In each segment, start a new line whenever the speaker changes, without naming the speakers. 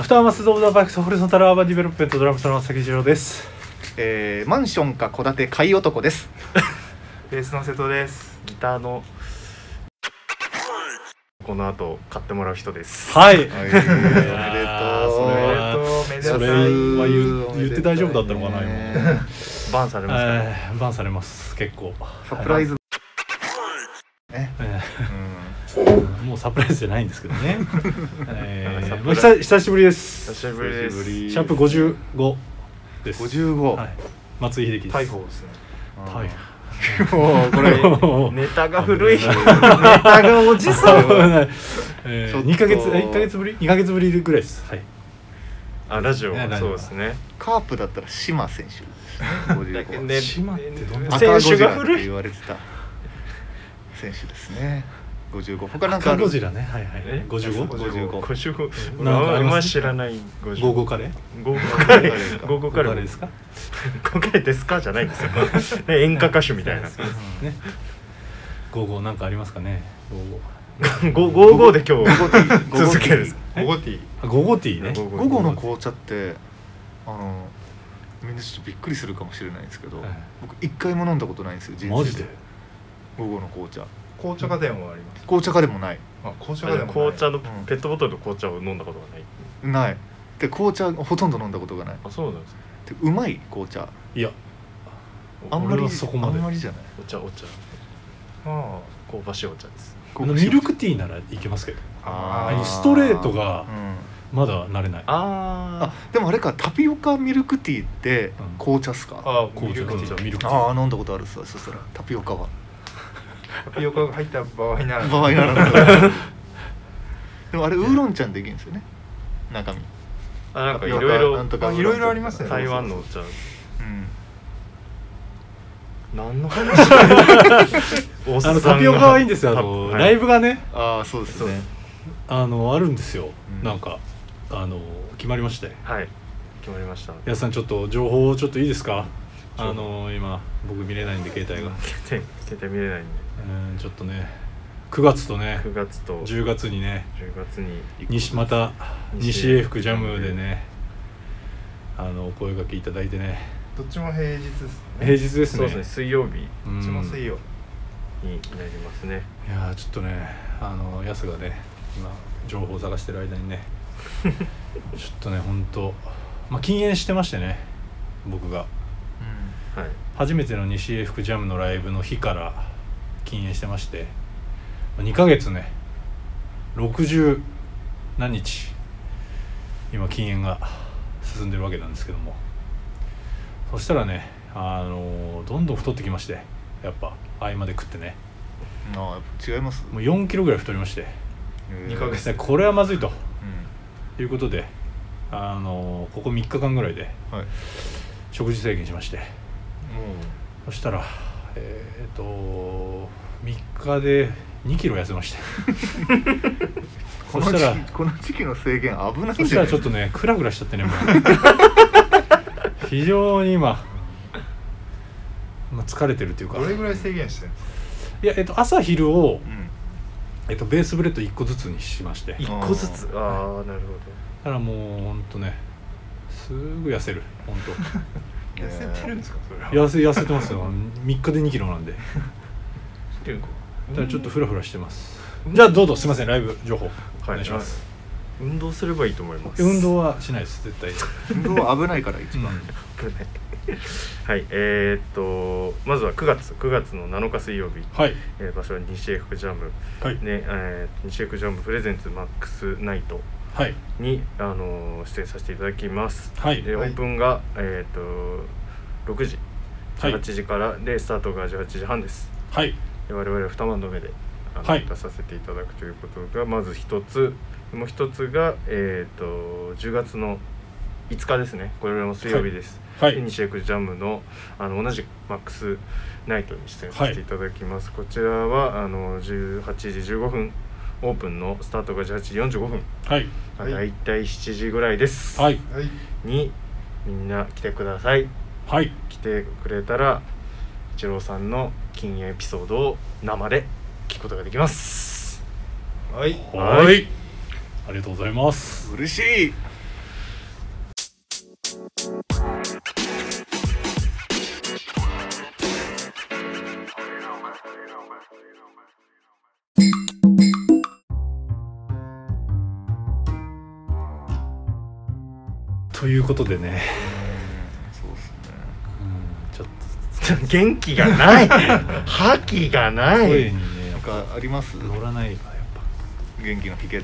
フターマス・オブ・ザ・バイクス・ホリソンタル・アーバン・ディベロップメントドラムスの崎次郎です
えーマンションか戸建て買い男 です。
ベースの瀬戸ですギターのこの後買ってもらう人です
はい
は い、
それ
お
は
めでと
そうれは
めでたい
言う言って大丈夫だったのかな今
今。
バンされますから、
えーバンされます結構
サプライ
ズ、
ズ。
え
う
ーもうサプライズじゃないんですけど ね、え
サ
ー
プ
ま
ラ
あ
イズ
久久しぶりです
久しぶりです
シャープ55です
ん、五十五。
はい、松井秀喜です
逮捕ですね
逮捕
もうこれ。
ネタが古い
危ない
ネタがおじ さん。
え
ちょ
ー、
っと
2ヶ月え一ヶ月ぶり二ヶ月ぶりぐらいですはい
あラジオ
ねラジ
そ
オ
うですね
カープだったら島選手ですね。
ね
島ってどんな
55
選手
赤
が
ゴジラっ
古
て
い
言われてた選手ですね。五十五。他なんかあ
カ
る。
ゴジラねはいはい
え
55?
55
55
なんかあ
あ
り
ん
ま
ます知らない
55カレー
午後カレ
です
ー
か
午後カレ
カレー
ー
ですか
今回ですかじゃないですよ、ね、演歌歌手みたいな
ね55なんかありますかね
午後で今
ゴゴテ
日
ィーゴゴティー
続ける
ゴゴティ
55あ
ー
55ティーね
55
午後の紅茶ってあのみんなちょっとびっくりするかもしれないんですけど、
はい
僕一回も飲んだことないんですよ人生
マジで
午後の紅茶
紅茶家電はあります。
紅茶かでもない
あ、紅茶
あ
家
で
電
も
も
紅茶
ない
のペットボトルの紅茶を飲んだことがな
な
い、
いで紅茶ほとんど飲んだことがない
あそうなんですか
でうまい紅茶
いや
あんま
俺
り
はそこまで
あんまりじゃない
お茶お茶
あ
香ばしいお茶です
あのミルクティーならいけますけど
あ
あの
ストレートが
うん
まだ慣れない
あ
あ
でもあれかタピオカミルクティーって
うん
紅茶っすか、あ
あ、ミ
紅茶
ルクティー。
ミルクティー
あー飲んだことあるっすわそしたらタピオカは
タピオカが入った場合なら。
場合な らでもあれウーロンちゃんできるんですよね中身
あなんかいろいろ
なんとか
あいろいろありますね
台湾のお茶
うん
何の話おっさ
あ
ん
の
が
タピオカはいいんですよあの、
はい
ライブがね
ああそうですね
あのあるんですよ、
うん
なんかあの決まりまして
はい決まりました
やすさんちょっと情報をちょっといいですか
情報
あの今僕見れないんで携帯が
携帯携帯見れないんで
うんちょっとね9月とね
9月と10
10月にね
月に
西また西
西
英福ジャムでねあのお声掛けいただいてね
どっちも平日ですね。
平日です
そう
ね
ですね水曜日
うん
どっちも水曜。
になりますね
いやーちょっとねあのやすがね今情報を探してる間にね ちょっとね本当まあ禁煙してましてね僕が
はい
初めての西英福ジャムのライブの日から禁煙してまして2ヶ月ね60何日今禁煙が進んでるわけなんですけどもそしたらねあのーどんどん太ってきましてやっぱ合間で食ってね
うんああ違います
もう4キロぐらい太りまして
二
二ヶ月
でこれはまずいと
う
いうことであのーここ3日間ぐらいで
んはい
食事制限しまして
も
そしたらえっ、と3日で2キロ痩せました
うこ
そ
の
した
時
ら
期この時期の制限危ないんじゃない
そしたらちょっとねクラクラしちゃってねもう非常に今、まあ、疲れてるっていうか
どれぐらい制限してるんですか。
いや、えっと朝昼を
う、ん
えっとベースブレッド1個ずつにしましてだ
一
か
個ずつ
あ
ああなるほ
らもうほんとねすぐ痩せるほんと
痩せてるんですか、それは。
痩せ痩せてますよ3日で2キロなんで
どいう
ただちょっとフラフラしてます、じゃあどうぞすいませんライブ情報お願いします、
運動すればいいと思います
運動はしないです絶対、
運動は危ないから一番
危ないはいえー、っとまずは9月9月の7日水曜日、
はい
えー場所は西エフジャム、
はい
ねえー、西エフジャムプレゼンツマックスナイト
はい
に、あのー出演させていただきます、
はい
でオ
はい
ープンが、えー、っと6時
はい
18時から、でスタートが18時半です
はい
で我々二万の目であの、
はい
出させていただくということがまず一つもう一つが、えー、と10月の5日ですねこれも水曜日です、
はい
で西エクジャムのあの同じくマックスナイトに出演させていただきます、こちらはあの18時15分オープンのスタートが18時45分、
はい
だ
はい
い、大体7時ぐらいです、
はい
はい。
にみんな来てください
はい
来てくれたら一郎さんの禁煙エピソードを生で聞くことができます
はい。
はい
はい
ありがとうございます
嬉しい
ということでね、
そうですね
うん、ちょっ
元気が ない覇気がな
と
い
声にねや
な
っ
ん
ぱ
かあります
乗らないからやっぱ
元気の秘訣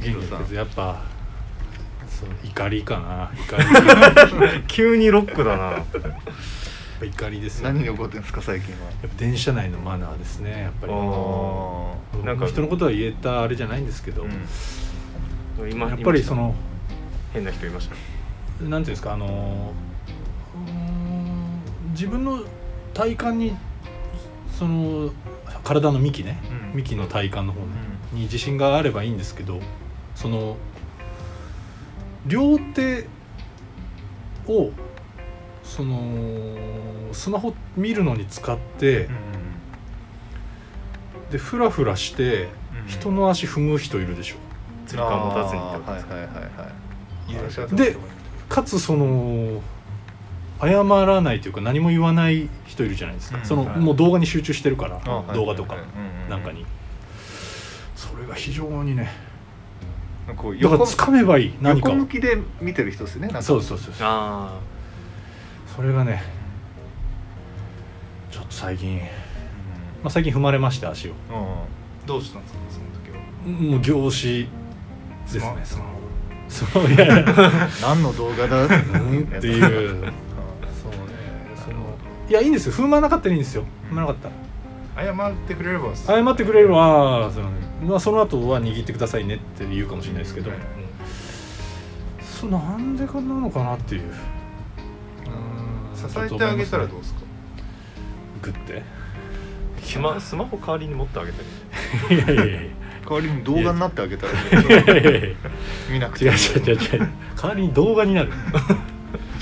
元気
さ
で
ん
すやっぱそう怒りかな怒りやっ
急にロック だな
ぱ 怒りですよ
何
ね
に
や
怒ってんですか最近は
っぱ電車内のマナーですねやっぱり
あー
僕も
なんか
人のことは言えたあれじゃないんですけど、
うん
今
やっぱりそ
いま
の
した変な人いました
なんていうんですかあのうーん自分の体幹にその体の幹ね、
うん
幹の体幹の方ね、に自信があればいいんですけどその両手をそのスマホ見るのに使って、でフラフラして
うん
人の足踏む人いるでしょ、
釣り革持たずにってこと
あ
で
ー
すか
はいはいはいはい
でかつその謝らないというか何も言わない人いるじゃないですか、
うん
その
はい
もう動画に集中してるから、
あはい
動画とか
はいはいうん
なんかに、それが非常にね
こう
だから
横
掴めばいい何か
横
を
向きで見てる人ですねなんか
そうそうそうそう
あ
それがねちょっと最近、
う
まあ、最近踏まれまして足を
んうん
どうしたんですかその 時は
もう凝視ですね
スマホ
そういやいや
何の動画だっ
うんっていうそうねそのいやいいんですよ踏まなかったらいいんですよ踏まなかったら
謝ってくれれば謝
謝ってくれればその,、まあ、その後は握ってくださいねって言うかもしれないですけど、
はい
そうなんでかなのかなっていう
支えてあげたらどう
う
ですか
グッて
あスマスマホ代わりに持ってあげたり
いやいやいやい
代わりに動画になってあげたら
やいやいや
見なくて
違う違う違う違う代わりに動画になる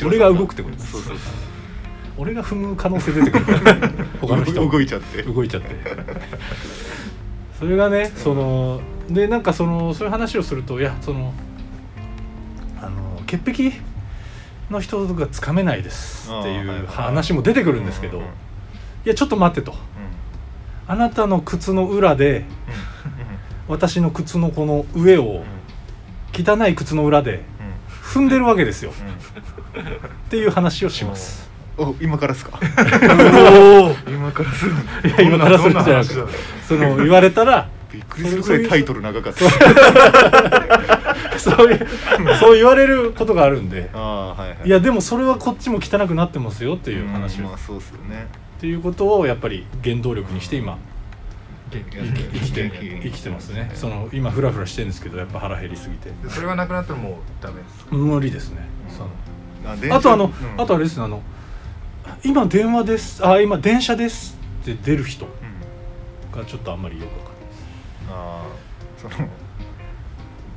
俺が動くってことです
そうそうそう
俺が踏む可能性出てくるから他の人
動いちゃって
動いちゃってそれがねそのでなんかそのそういう話をするといやそのあの潔癖の人がつかめないですってい
あーはいは
う
い
話も出てくるんですけど、
うんうん
いやちょっと待ってとあなたの靴の裏で私の靴のこの上を汚い靴の裏で踏んでるわけですよっていう話をします。
うんうんお今からですか
今からする
いや今からするじゃなくて
どんな話だ
その言われたら
びっくりするくらいタイトル長かった
そう いうそう言われることがあるんで
ああはいはい
いやでもそれはこっちも汚くなってますよっていう話
うん
を
まあそうっすよね
っていうことをやっぱり原動力にして今
元気
い
が
や
出て
生き生きて
元気に
生きてますねその今フラフラしてるんですけどやっぱ腹減りすぎて
でそれがなくなったらもうダメですか
無理ですねそ
電
の
車
あとあの
うん
あとあれですねあの「今電話です」あ「今電車です」って出る人
うん
がちょっとあんまりよくわかんない
ああその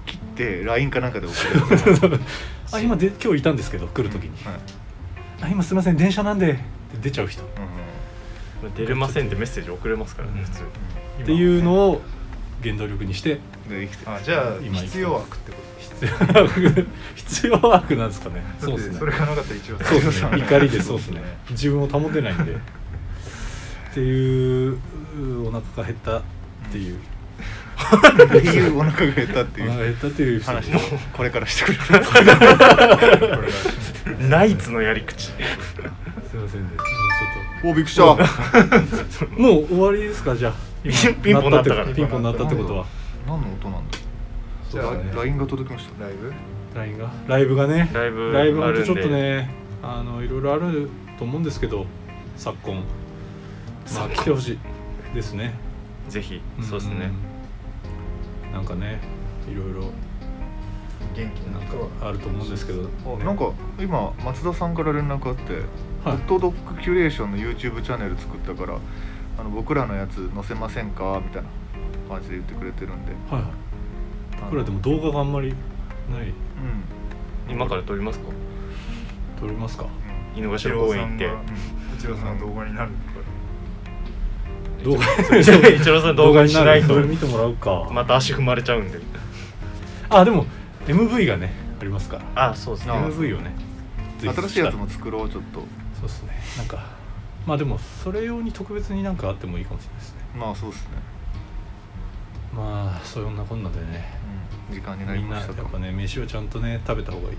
切って LINE かなんかで 送る
あ今で今日いたんですけど来る時に
はい
「あ今すいません電車なんで」って出ちゃう人っ
うんうん
出れませんってメッセージ送れますからね普通
ていうのを原動力にして
で生きて
あじゃあ
今
必要悪ってこ
必要悪必要悪なんですかね
と
そうですね
だってそれがなかったら一応
そうです
そう
ね
ですね
怒りでそうですね自分を保てない んでっていううお腹が減ったっていう、
っていうお腹が減ったってい
お腹が
う
減ったっていう
話を
も
これか らしてくれる
ナイツのやり口
すいませんねもう
おびっくりしたな
ちょっともう終わりですかじゃあ
ピンピンポン鳴ったから
ピンポン鳴ったってことは
何の音なんだ
じゃ
そうです
あ
ね
LINE が届きました
ライブ
LINE がライブがね
ライブ
ライブ
あ
が
るんで
ちょっとねあのいろいろあると思うんですけど昨今まあ来てほしいですね
ぜひそうですね
うんなんかねいろいろ
元気な人は
あると思うんですけど、
あ
ね
なんか今松田さんから連絡あってホ
はい
ットドッグキュレーションの YouTube チャンネル作ったからあの僕らのやつ載せませんかみたいな感じで言ってくれてるんで
はいはい僕らでも動画があんまりない
うん
今から撮りますか
撮れますか
井の頭公園行っ
一郎さんが動画になる
て
動画
一郎一郎さん動画にしないと
動画にるそれ見てもらうか、
また足踏まれちゃうんで
あでも MV がねありますから
あそうですね
あ
MV をねぜひ
新しいやつも作ろうちょっと
そうですねなんかまあでもそれ用に特別になんかあってもいいかもしれないですね
まあそうですね、
まあそういう女こんなでね
うん、時間にな
み
り
んな
まし
やった
か
ぱね飯をちゃんとね食べた方が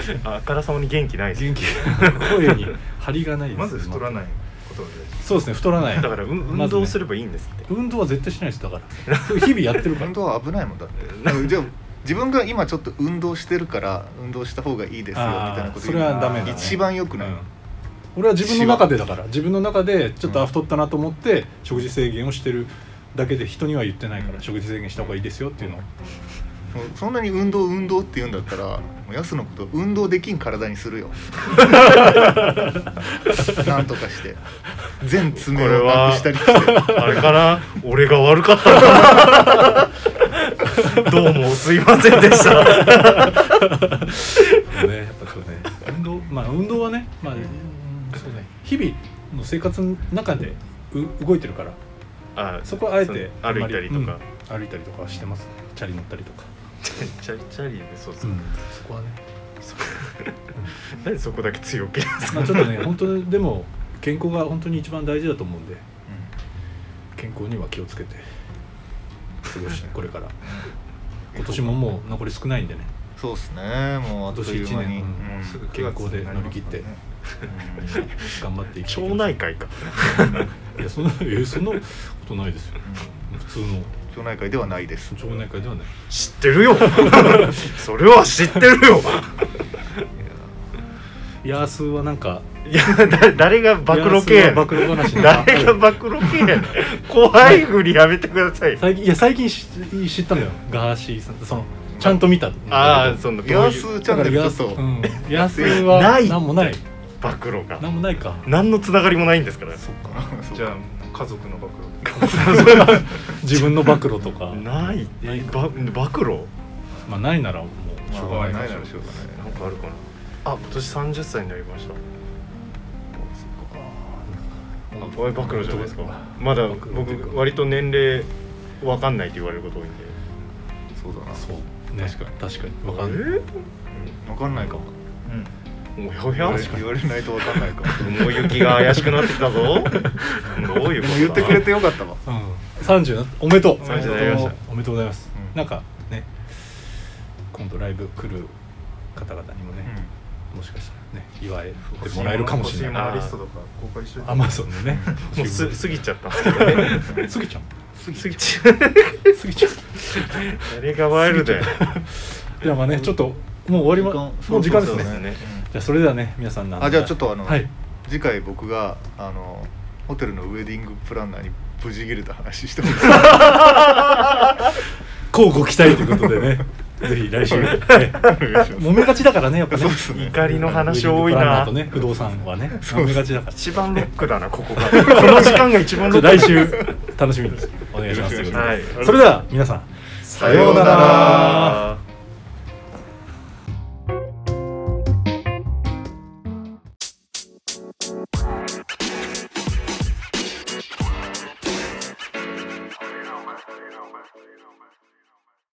いい
うん
あからさまに元気ないです
元気声に張りがないで す
まず太らないことが大
そうですね太らない
だからう運動すればいいんですって、
運動は絶対しないですだからそれ日々やってるから
運動は危ないもんだって なんかじゃあ自分が今ちょっと運動してるから運動した方がいいですよ
あ
み
ー
たいなこと
そ
言う
れは
の
ダメだ、ね、
一番良くない
うん俺は自分の中でだから自分の中でちょっとあ太ったなと思って食事制限をしてるだけで人には言ってないから、
うん
食事制限した方がいいですよっていうのを、
そそんなに運動運動って言うんだったらもうやすのこと運動できん体に するよなんとかして全爪をなくしたりして
あれかな俺が悪かったなどうもすいませんでした
ねやっぱそうね運動まあ運動はねまあ、うんそうね日々の生活の中でう動いてるから
あ
そこはあえて
その歩いたりとか、
うん歩いたりとかはしてますチャリ乗ったりとか、
チャリチャリでそうそう、
そこはね、
なんでそこだけ強気なんですか
まあ、ちょっとね本当でも健康が本当に一番大事だと思うんで健康には気をつけて過ごしてこれから今年ももう残り少ないんでね
そうっすねもうあっという間に、
今年一年
うん
すぐ
健康で乗り切って
九月になり
頑張っていきたい
町内会か
いやそんなえそんなことないですよ普通の
町内会ではないです
町内会ではない
知ってるよそれは知ってるよ
ヤースはなんか
いやだ 誰が暴露系
ヤースは
やねん
暴露話なんか
誰が暴露系やねん怖いふりやめてくださいよ
最近いや最近し知ったのよガーシーさんそのちゃんと見た
ああ
そ
そんなこう
ヤー
いう
スチャンネルちょっと
うん、ヤースは
ない
なんもない
暴露が
なんもないか
何のつながりもないんですから
そうか
あ そう
じゃあ家族の暴露
自分の暴露とか
ない
ないか
ば暴露
まあないならもう
ま
し
あ
ょうがない
ないならしょうがない
なんかあるかなあ今年30歳になりましたあこれ暴露じゃないですかまだ
暴露っていうか
僕割と年齢わかんないって言われること多いんで
そうだな
そうね
確かに
確かにわかんない
え
分かんないかも
うん
おやお
言
や
われ言われないと分かんないかも
雲行きが怪しくなってきたぞどうい
で
うこ
も
と
言ってくれてよかったわ
うん30なおめでとう
30になりました
おめでとうございます
うん
なんかね今度ライブ来る方々にもねもしかしたらね祝えてもらえるかもしれない
欲しいものリストとか公開しといて
アマゾンでね
もうす過ぎちゃったんですけどね
すぎちゃん
過ぎちゃう
すぎちゃん
誰がワイルドや
じゃあまあねちょっともう終わりまもう時間です
そう
ね
ですね
じゃあそれではね皆さんなんで
あじゃあちょっとあの
はい
次回僕があのホテルのウェディングプランナーに無事切れた話してもら
こうご期待ということで ねぜひ来週ね
お願いします
揉めがちだからねやっぱね
そうっすね
怒りの話多いな
ウェディングプランナーとね不動産はね揉めがちだから
一番ロックだなここ がこの時間が一番ロック
来週楽しみにお願いします
よろしくお
願いします
それでは皆さんさ
ようなら
さようなら